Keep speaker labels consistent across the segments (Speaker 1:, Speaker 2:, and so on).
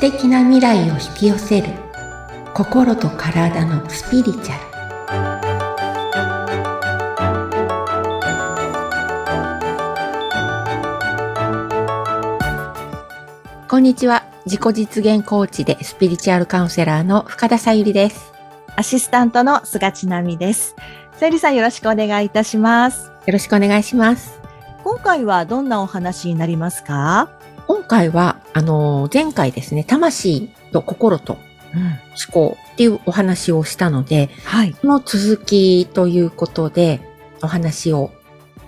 Speaker 1: 敵な未来を引き寄せる心と体のスピリチュアルこんにちは自己実現コーチでスピリチュアルカウンセラーの深田さゆりです
Speaker 2: アシスタントの菅千奈美です。さゆりさんよろしくお願いいたします。
Speaker 1: よろしくお願いします
Speaker 2: 今回はどんなお話になりますか
Speaker 1: 今回はあの前回ですね魂と心と
Speaker 2: うん。
Speaker 1: 思考っていうお話をしたので、
Speaker 2: はい。
Speaker 1: その続きということでお話を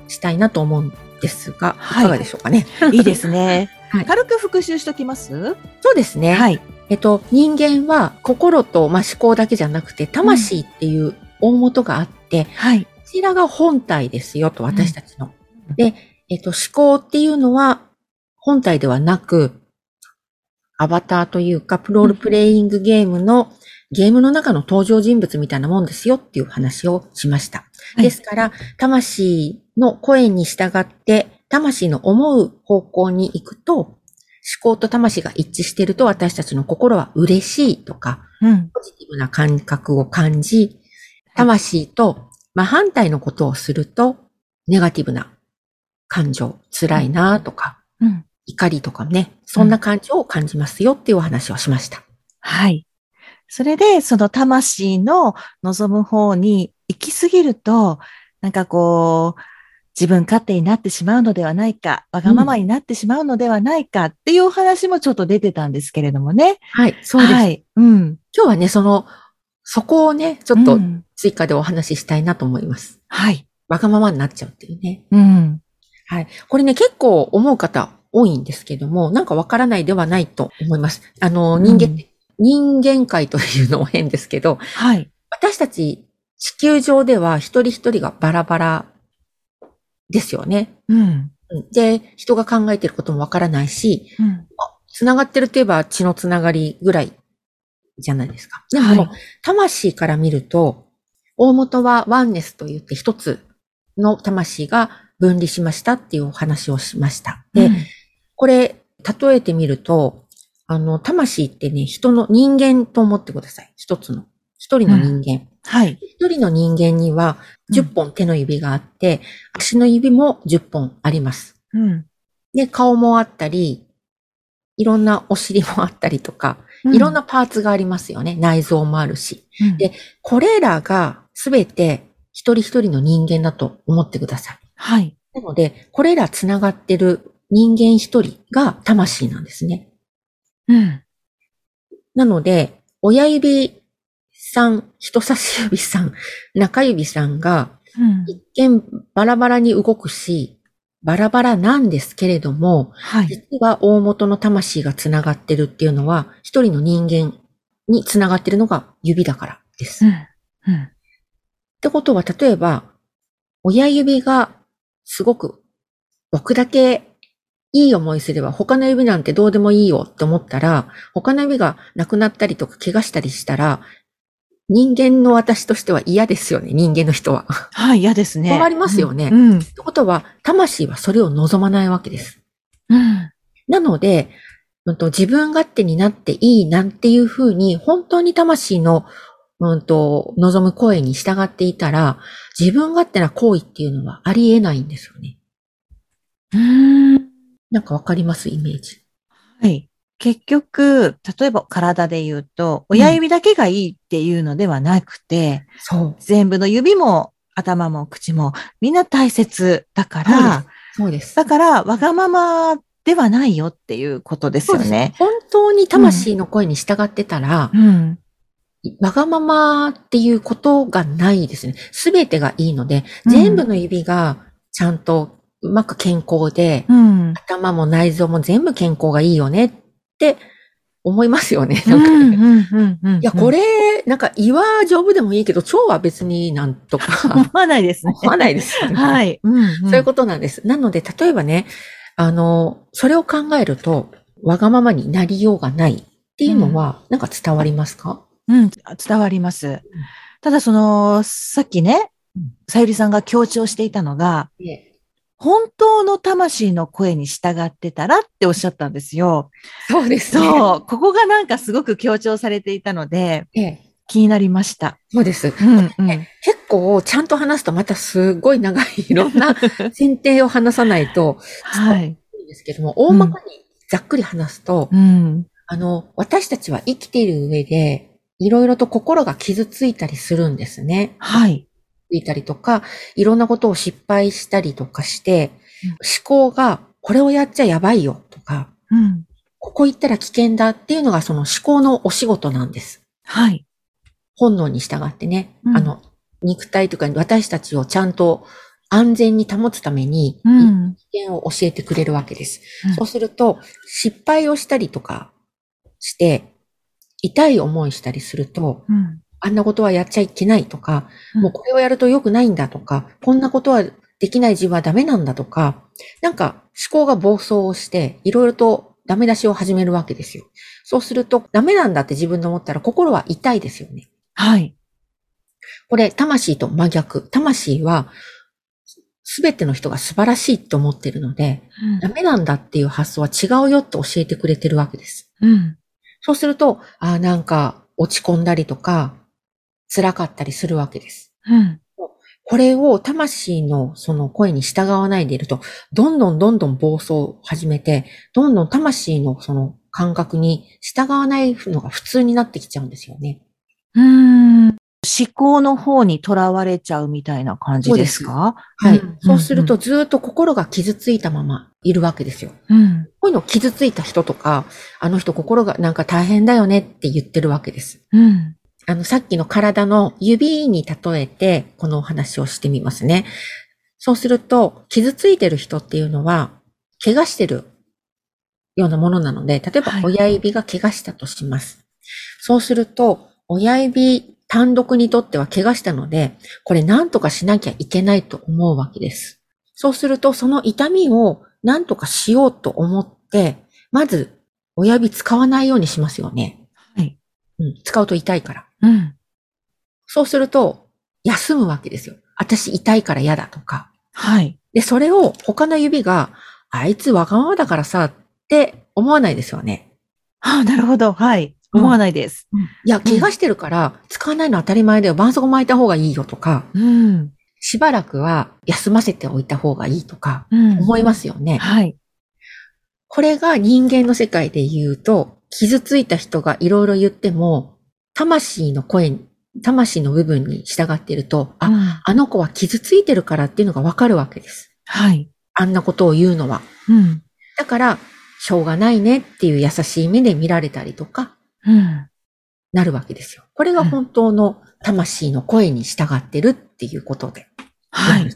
Speaker 1: したいなと思うんですが、
Speaker 2: はい
Speaker 1: いかがでしょうかね。
Speaker 2: いいです ね。
Speaker 1: はい
Speaker 2: 軽く復習しときます
Speaker 1: そうですね。
Speaker 2: はい。
Speaker 1: えっと、人間は心と、まあ、思考だけじゃなくて、魂っていう大元があって、こ
Speaker 2: はい。
Speaker 1: ちらが本体ですよと、私たちの。
Speaker 2: うん
Speaker 1: で、えっと、思考っていうのは本体ではなく、アバターというか、プロールプレイングゲームの、ゲームの中の登場人物みたいなもんですよっていう話をしました。
Speaker 2: はい
Speaker 1: ですから、魂の声に従って、魂の思う方向に行くと、思考と魂が一致していると私たちの心は嬉しいとか、
Speaker 2: うん。
Speaker 1: ポジティブな感覚を感じ、魂と真反対のことをすると、ネガティブな感情、辛いなとか、
Speaker 2: うん。
Speaker 1: 怒りとかね、そんな感情を感じますよっていうお話をしました。
Speaker 2: はい。それで、その魂の望む方に行き過ぎると、なんかこう、自分勝手になってしまうのではないか、わがままになってしまうのではないかっていうお話もちょっと出てたんですけれどもね。
Speaker 1: はい、そうです。
Speaker 2: はい。うん。
Speaker 1: 今日はね、その、そこをね、ちょっ
Speaker 2: う
Speaker 1: と
Speaker 2: ん
Speaker 1: 追加でお話ししたいなと思います。
Speaker 2: はい。
Speaker 1: わがままになっちゃうっていうね。
Speaker 2: うん。
Speaker 1: はい。これね、結構思う方多いんですけども、なんかわからないではないと思います。あの、人間、
Speaker 2: うん
Speaker 1: 人間界というのも変ですけど、
Speaker 2: はい。
Speaker 1: 私たち地球上では一人一人がバラバラですよね。
Speaker 2: うん。
Speaker 1: うんで、人が考えてることもわからないし、
Speaker 2: うん。
Speaker 1: つながってるといえば血のつながりぐらいじゃないですか。でも、
Speaker 2: はい
Speaker 1: 魂から見ると、大元はワンネスと言って一つの魂が分離しましたっていうお話をしました。で、
Speaker 2: うん
Speaker 1: これ、例えてみると、あの、魂ってね、人の人間と思ってください。一つの。一人の人間。
Speaker 2: はい。
Speaker 1: 一、人の人間には
Speaker 2: うん
Speaker 1: 10本手の指があって、足の指も10本あります。
Speaker 2: うん。
Speaker 1: で、顔もあったり、いろんなお尻もあったりとか、いろんなパーツがありますよね。内臓もあるし。
Speaker 2: うん、
Speaker 1: でこれらがすべて一人一人の人間だと思ってください。
Speaker 2: はい。
Speaker 1: なので、これら繋がってる人間一人が魂なんですね。
Speaker 2: うん。
Speaker 1: なので、親指さん、人差し指さん、中指さんが
Speaker 2: うん。
Speaker 1: 一見バラバラに動くし、バラバラなんですけれども、
Speaker 2: はい。
Speaker 1: 実は大元の魂が繋がってるっていうのは、一人の人間に繋がってるのが指だからです。
Speaker 2: う
Speaker 1: っ
Speaker 2: ん。うん。
Speaker 1: てことは、例えば、親指がすごく僕だけいい思いすれば他の指なんてどうでもいいよって思ったら、他の指がなくなったりとか怪我したりしたら、人間の私としては嫌ですよね、人間の人は。っ
Speaker 2: はい。嫌ですね。
Speaker 1: 困りますよね
Speaker 2: うん。うん
Speaker 1: てことは、魂はそれを望まないわけです。
Speaker 2: うん。
Speaker 1: なので、うんと、自分勝手になっていいなんていうふうに、本当に魂の、うんと、望む声に従っていたら、自分勝手な行為っていうのはありえないんですよね。
Speaker 2: うん。
Speaker 1: なんかわかりますイメージ。
Speaker 2: はい。結局、例えば体で言うと、親指だけがいいっていうのではなくて、
Speaker 1: そう。
Speaker 2: 全部の指も頭も口もみんな大切だから、
Speaker 1: そうです。
Speaker 2: だからわがままではないよっていうことですよね。
Speaker 1: 本当に魂の声に従ってたら、
Speaker 2: うん。
Speaker 1: わがままっていうことがないですね。すべてがいいので、
Speaker 2: うん
Speaker 1: 全部の指がちゃんとうまく健康で、
Speaker 2: うん。
Speaker 1: 頭も内臓も全部健康がいいよねって思いますよね。
Speaker 2: う
Speaker 1: なんかね
Speaker 2: んうんうんう
Speaker 1: い
Speaker 2: ん。
Speaker 1: や、これ、なんか胃は丈夫でもいいけど、腸は別になんと
Speaker 2: 思
Speaker 1: か
Speaker 2: わないですね。
Speaker 1: 思わないですよね。
Speaker 2: はい。うんうん。
Speaker 1: そういうことなんです。なので、例えばね、あの、それを考えると、わがままになりようがないっていうのは、なんか伝わりますか
Speaker 2: うん、伝わります。ただ、その、さっきね、さゆりさんが強調していたのが、
Speaker 1: ええ
Speaker 2: 本当の魂の声に従ってたらっておっしゃったんですよ。
Speaker 1: そうです、ね。
Speaker 2: そう、 ここがなんかすごく強調されていたので、
Speaker 1: ええ。
Speaker 2: 気になりました。
Speaker 1: そうです。
Speaker 2: うんうん。
Speaker 1: 結構、ちゃんと話すとまたすごい長い、いろ んな選定を話さないと
Speaker 2: はい。
Speaker 1: いいんですけども、大まかにざっくり話すと、
Speaker 2: うん。
Speaker 1: あの、私たちは生きている上で、いろいろと心が傷ついたりするんですね。
Speaker 2: はい。
Speaker 1: ついたりとか、いろんなことを失敗したりとかして
Speaker 2: うん、
Speaker 1: 思考が、これをやっちゃやばいよとか、
Speaker 2: うん。
Speaker 1: ここ行ったら危険だっていうのがその思考のお仕事なんです。
Speaker 2: はい。
Speaker 1: 本能に従ってね、
Speaker 2: うん
Speaker 1: あの、肉体とか私たちをちゃんと安全に保つために、
Speaker 2: うん。
Speaker 1: 危険を教えてくれるわけです。
Speaker 2: うん
Speaker 1: そうすると、失敗をしたりとかして、痛い思いしたりすると、
Speaker 2: うん。
Speaker 1: あんなことはやっちゃいけないとか、
Speaker 2: うん
Speaker 1: もうこれをやると良くないんだとか、こんなことはできない自分はダメなんだとか、なんか思考が暴走をして、いろいろとダメ出しを始めるわけですよ。そうすると、ダメなんだって自分で思ったら心は痛いですよね。
Speaker 2: はい。
Speaker 1: これ、魂と真逆。魂は、すべての人が素晴らしいと思っているので、ダメなんだっていう発想は違うよって教えてくれてるわけです。
Speaker 2: うん。
Speaker 1: そうすると、あーなんか落ち込んだりとか、辛かったりするわけです。
Speaker 2: うん。
Speaker 1: これを魂のその声に従わないでいると、どんどんどんどん暴走を始めて、どんどん魂のその感覚に従わないのが普通になってきちゃうんですよね。
Speaker 2: うん。思考の方にとらわれちゃうみたいな感じですか
Speaker 1: はい。
Speaker 2: うん
Speaker 1: そうするとずーっと心が傷ついたままいるわけですよ。
Speaker 2: うん。
Speaker 1: こういうの傷ついた人とか、あの人心がなんか大変だよねって言ってるわけです。
Speaker 2: うん。
Speaker 1: あの、さっきの体の指に例えて、このお話をしてみますね。そうすると、傷ついてる人っていうのは、怪我してるようなものなので、例えば
Speaker 2: はい
Speaker 1: 親指が怪我したとします。そうすると、親指単独にとっては怪我したので、これ何とかしなきゃいけないと思うわけです。そうすると、その痛みを何とかしようと思って、まず、親指使わないようにしますよね。
Speaker 2: はい。
Speaker 1: うん、使うと痛いから。
Speaker 2: うん。
Speaker 1: そうすると、休むわけですよ。私痛いから嫌だとか。
Speaker 2: はい。
Speaker 1: で、それを他の指が、あいつわがままだからさ、って思わないですよね。
Speaker 2: ああ、なるほど。はい。思わないです。
Speaker 1: いや、怪我してるから、使わないの当たり前だよ。絆創膏巻いた方がいいよとか、
Speaker 2: うん。
Speaker 1: しばらくは休ませておいた方がいいとか、
Speaker 2: うん。
Speaker 1: 思いますよね。
Speaker 2: はい。
Speaker 1: これが人間の世界で言うと、傷ついた人がいろいろ言っても、魂の声に、魂の部分に従っていると、あ、
Speaker 2: うん
Speaker 1: あの子は傷ついてるからっていうのがわかるわけです。
Speaker 2: はい。
Speaker 1: あんなことを言うのは。
Speaker 2: うん。
Speaker 1: だから、しょうがないねっていう優しい目で見られたりとか、
Speaker 2: うん。
Speaker 1: なるわけですよ。これが本当の魂の声に従ってるっていうことで。
Speaker 2: はい。。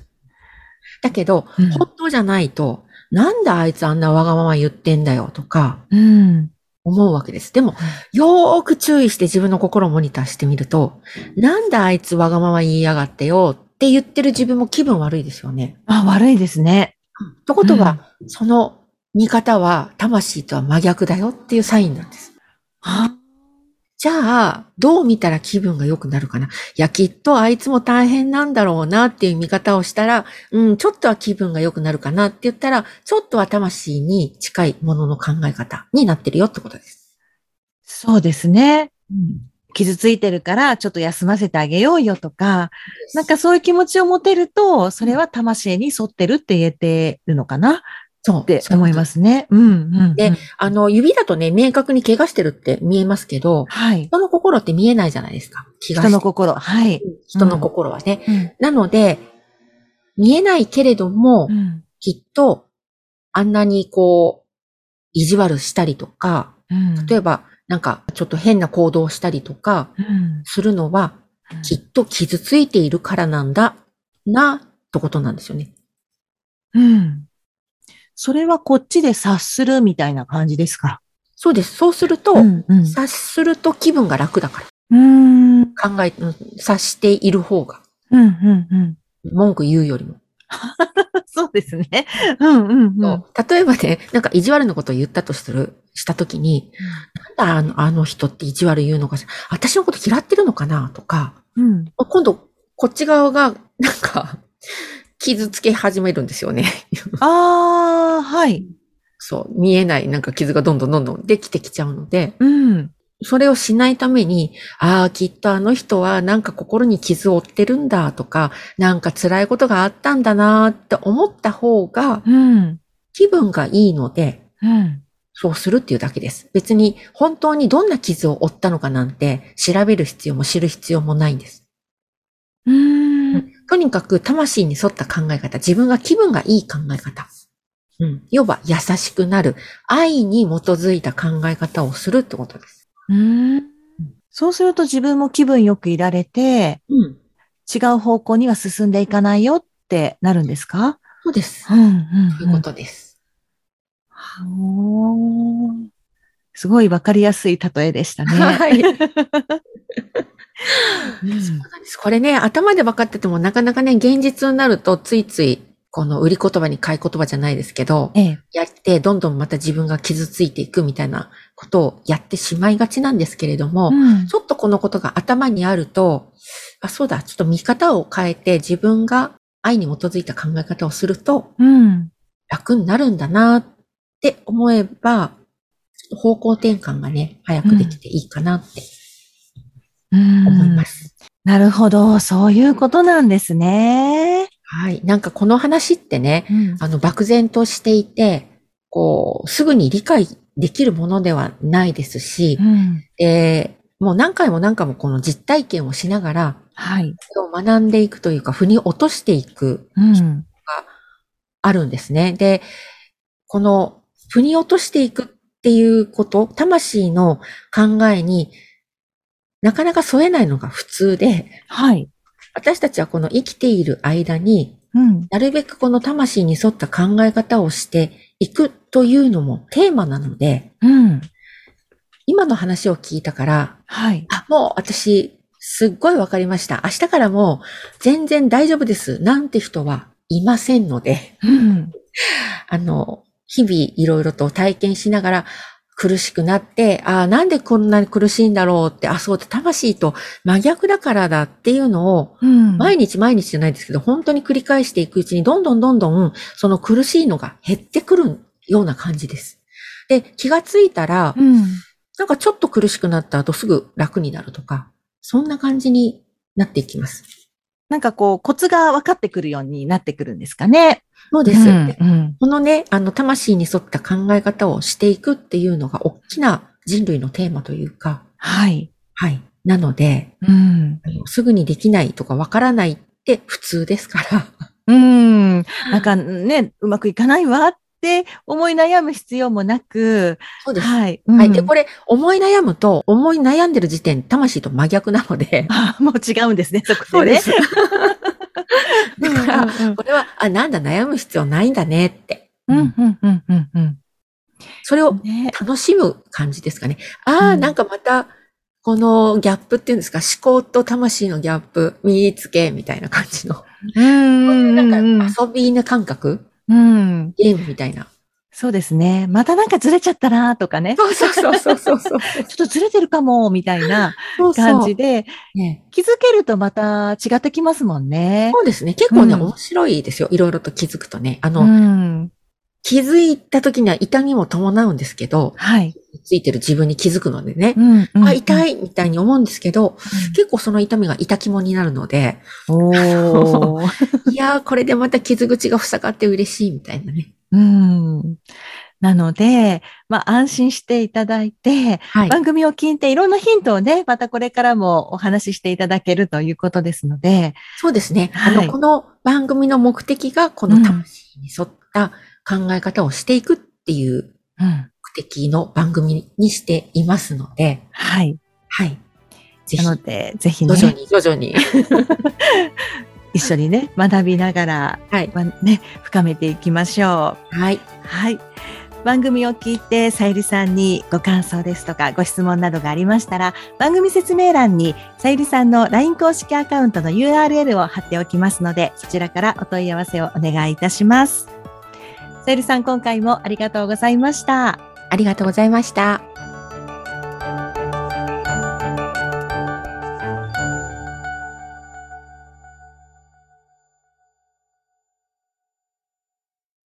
Speaker 1: だけど、
Speaker 2: うん
Speaker 1: 本当じゃないと、なんであいつあんなわがまま言ってんだよとか、
Speaker 2: うん。
Speaker 1: 思うわけです。でも、よーく注意して自分の心をモニターしてみると、なんであいつわがまま言いやがってよって言ってる自分も気分悪いですよね。
Speaker 2: あ、悪いですね。
Speaker 1: とことは、その見方は魂とは真逆だよっていうサインなんです。
Speaker 2: あ
Speaker 1: じゃあ、どう見たら気分が良くなるかないや、きっとあいつも大変なんだろうなっていう見方をしたら、うん、ちょっとは気分が良くなるかなって言ったら、ちょっとは魂に近いものの考え方になってるよってことです。
Speaker 2: そうですね。傷ついてるから、ちょっと休ませてあげようよとか、なんかそういう気持ちを持てると、それは魂に沿ってるって言えてるのかなっ
Speaker 1: そう。。
Speaker 2: て思いますすね。うん。うん。
Speaker 1: で
Speaker 2: うん
Speaker 1: あの、指だとね、明確に怪我してるって見えますけど、
Speaker 2: はい。
Speaker 1: 人の心って見えないじゃないですか。怪我
Speaker 2: 人の
Speaker 1: して
Speaker 2: 心。はい。
Speaker 1: 人の心はね。
Speaker 2: うん。
Speaker 1: なので、見えないけれども、
Speaker 2: うん。
Speaker 1: きっと、あんなにこう、意地悪したりとか、
Speaker 2: うん
Speaker 1: 例えば、なんか、ちょっと変な行動をしたりとか、
Speaker 2: うん
Speaker 1: するのは、きっと傷ついているからなんだ、な、ってことなんですよね。
Speaker 2: うん。それはこっちで察するみたいな感じですか。
Speaker 1: そうです。そうすると、
Speaker 2: ん。うん
Speaker 1: 察すると気分が楽だか
Speaker 2: うん。うん。
Speaker 1: ら。考え、うん察している方が、
Speaker 2: うん。うん。
Speaker 1: 文句言うよりも。
Speaker 2: そうですね。うん。うん。うん。
Speaker 1: 例えばね、なんか意地悪なことを言ったとする、したときに、なんだあのあの人って意地悪言うのかしら、私のこと嫌ってるのかなとか、
Speaker 2: うん。
Speaker 1: 今度、こっち側が、なんか、 傷つけ始めるんですよね。
Speaker 2: ああ、はい。
Speaker 1: そう、見えないなんか傷がどんどんどんどんできてきちゃうので、
Speaker 2: うん。
Speaker 1: それをしないために、ああ、きっとあの人はなんか心に傷を負ってるんだとか、なんか辛いことがあったんだなーって思った方が
Speaker 2: うん。
Speaker 1: 気分がいいので、
Speaker 2: うん。
Speaker 1: そうするっていうだけです。別に本当にどんな傷を負ったのかなんて調べる必要も知る必要もないんです。
Speaker 2: うーん。
Speaker 1: とにかく魂に沿った考え方、自分が気分がいい考え方。うん。要は優しくなる、愛に基づいた考え方をするってことです。
Speaker 2: うーん。そうすると自分も気分よくいられて、
Speaker 1: うん。
Speaker 2: 違う方向には進んでいかないよってなるんですか
Speaker 1: そうです。
Speaker 2: うん、
Speaker 1: ということです。
Speaker 2: うん、うん。すごいわかりやすい例えでしたね。
Speaker 1: はい。
Speaker 2: うん
Speaker 1: これね、頭で分かっててもなかなかね、現実になるとついつい、この売り言葉に買い言葉じゃないですけど、
Speaker 2: ええ。
Speaker 1: やってどんどんまた自分が傷ついていくみたいなことをやってしまいがちなんですけれども、
Speaker 2: うん
Speaker 1: ちょっとこのことが頭にあると、あ、そうだ、ちょっと見方を変えて自分が愛に基づいた考え方をすると
Speaker 2: うん。
Speaker 1: 楽になるんだなって思えば、ちょっと方向転換がね、早くできていいかなって
Speaker 2: うん
Speaker 1: 思います。
Speaker 2: なるほど。そういうことなんですね。
Speaker 1: はい。なんかこの話ってね、
Speaker 2: うん
Speaker 1: あの、漠然としていて、こう、すぐに理解できるものではないですし、
Speaker 2: うん
Speaker 1: えーもう何回も何回もこの実体験をしながら、
Speaker 2: はい。
Speaker 1: それを学んでいくというか、腑に落としていく、
Speaker 2: うん。
Speaker 1: あるんですね。で、この、腑に落としていくっていうこと、魂の考えになかなか添えないのが普通で、
Speaker 2: はい。
Speaker 1: 私たちはこの生きている間に、
Speaker 2: うん。
Speaker 1: なるべくこの魂に沿った考え方をしていくというのもテーマなので、
Speaker 2: うん。
Speaker 1: 今の話を聞いたから、
Speaker 2: はい。
Speaker 1: あ、もう私、すっごいわかりました。明日からもう全然大丈夫です。なんて人はいませんので、
Speaker 2: うん。
Speaker 1: あの、日々いろいろと体験しながら苦しくなって、あーなんでこんなに苦しいんだろうって、あ、そうだ、魂と真逆だからだっていうのを、
Speaker 2: うん。
Speaker 1: 毎日毎日じゃないですけど、本当に繰り返していくうちに、どんどんどんどん、その苦しいのが減ってくるような感じです。で、気がついたら
Speaker 2: う、ん。
Speaker 1: なんかちょっと苦しくなった後すぐ楽になるとか、そんな感じになっていきます。
Speaker 2: なんかこう、コツが分かってくるようになってくるんですかね。
Speaker 1: そうです。
Speaker 2: うんうん
Speaker 1: このね、あの、魂に沿った考え方をしていくっていうのが大きな人類のテーマというか、
Speaker 2: はい。
Speaker 1: はい。なので、
Speaker 2: うん。
Speaker 1: あのすぐにできないとかわからないって普通です から。
Speaker 2: うん。なんかね、うまくいかないわって思い悩む必要もなく、
Speaker 1: そうです。
Speaker 2: はい。
Speaker 1: はい。で、こ
Speaker 2: れ、
Speaker 1: れ、思い悩むと、思い悩んでる時点、魂と真逆なので、
Speaker 2: あもう違うんです ね、そこでね。。
Speaker 1: だから、
Speaker 2: うん
Speaker 1: これは、あ、なんだ、悩む必要ないんだねって。
Speaker 2: うんうんうんうんうん
Speaker 1: それ
Speaker 2: う
Speaker 1: を
Speaker 2: ん。ね。
Speaker 1: 楽しむ感じですかね。ああ、
Speaker 2: うん
Speaker 1: なんかまた、このギャップっていうんですか、思考と魂のギャップ、見つけ、みたいな感じの。
Speaker 2: うん
Speaker 1: こういう
Speaker 2: う
Speaker 1: なんんか遊びな感覚
Speaker 2: うん。
Speaker 1: ゲームみたいな。
Speaker 2: そうですね。またなんかずれちゃったなとかね。ちょ
Speaker 1: そうそうそうそうそうそう。
Speaker 2: っとずれてるかも、みたいな
Speaker 1: そう
Speaker 2: 感じで、
Speaker 1: ね
Speaker 2: 気づけるとまた違ってきますもんね。
Speaker 1: そうですね。結構ね、
Speaker 2: うん
Speaker 1: 面白いですよ。いろいろと気づくとね。あの、
Speaker 2: うん。
Speaker 1: 気づいた時には痛みも伴うんですけど、
Speaker 2: はい。
Speaker 1: ついてる自分に気づくのでね。
Speaker 2: うん
Speaker 1: あ、痛
Speaker 2: い。
Speaker 1: いみたいに思うんですけど、
Speaker 2: う
Speaker 1: 結構その痛みが痛肝になるの で、
Speaker 2: んおー。
Speaker 1: いやー、これでまた傷口が塞がって嬉しいみたいなね。
Speaker 2: うん。なので、まあ安心していただいて、
Speaker 1: はい。
Speaker 2: 番組を聞いていろんなヒントをね、またこれからもお話ししていただけるということですので、
Speaker 1: そうですね。あ
Speaker 2: はい
Speaker 1: の、この番組の目的が、この魂に沿った考え方をしていくっていう
Speaker 2: うん。
Speaker 1: 目的の番組にしていますので、
Speaker 2: はい。
Speaker 1: はい。ぜひ、
Speaker 2: なの
Speaker 1: 徐
Speaker 2: で、ぜひ
Speaker 1: 々
Speaker 2: ね、
Speaker 1: に、徐々に。
Speaker 2: 一緒にね、学びながら、
Speaker 1: はい。
Speaker 2: まあね、深めていきましょう。
Speaker 1: はい。
Speaker 2: はい。番組を聞いて、さゆりさんにご感想ですとか、ご質問などがありましたら、番組説明欄に、さゆりさんの LINE 公式アカウントの URL を貼っておきますので、そちらからお問い合わせをお願いいたします。さゆりさん、今回もありがとうございました。
Speaker 1: ありがとうございました。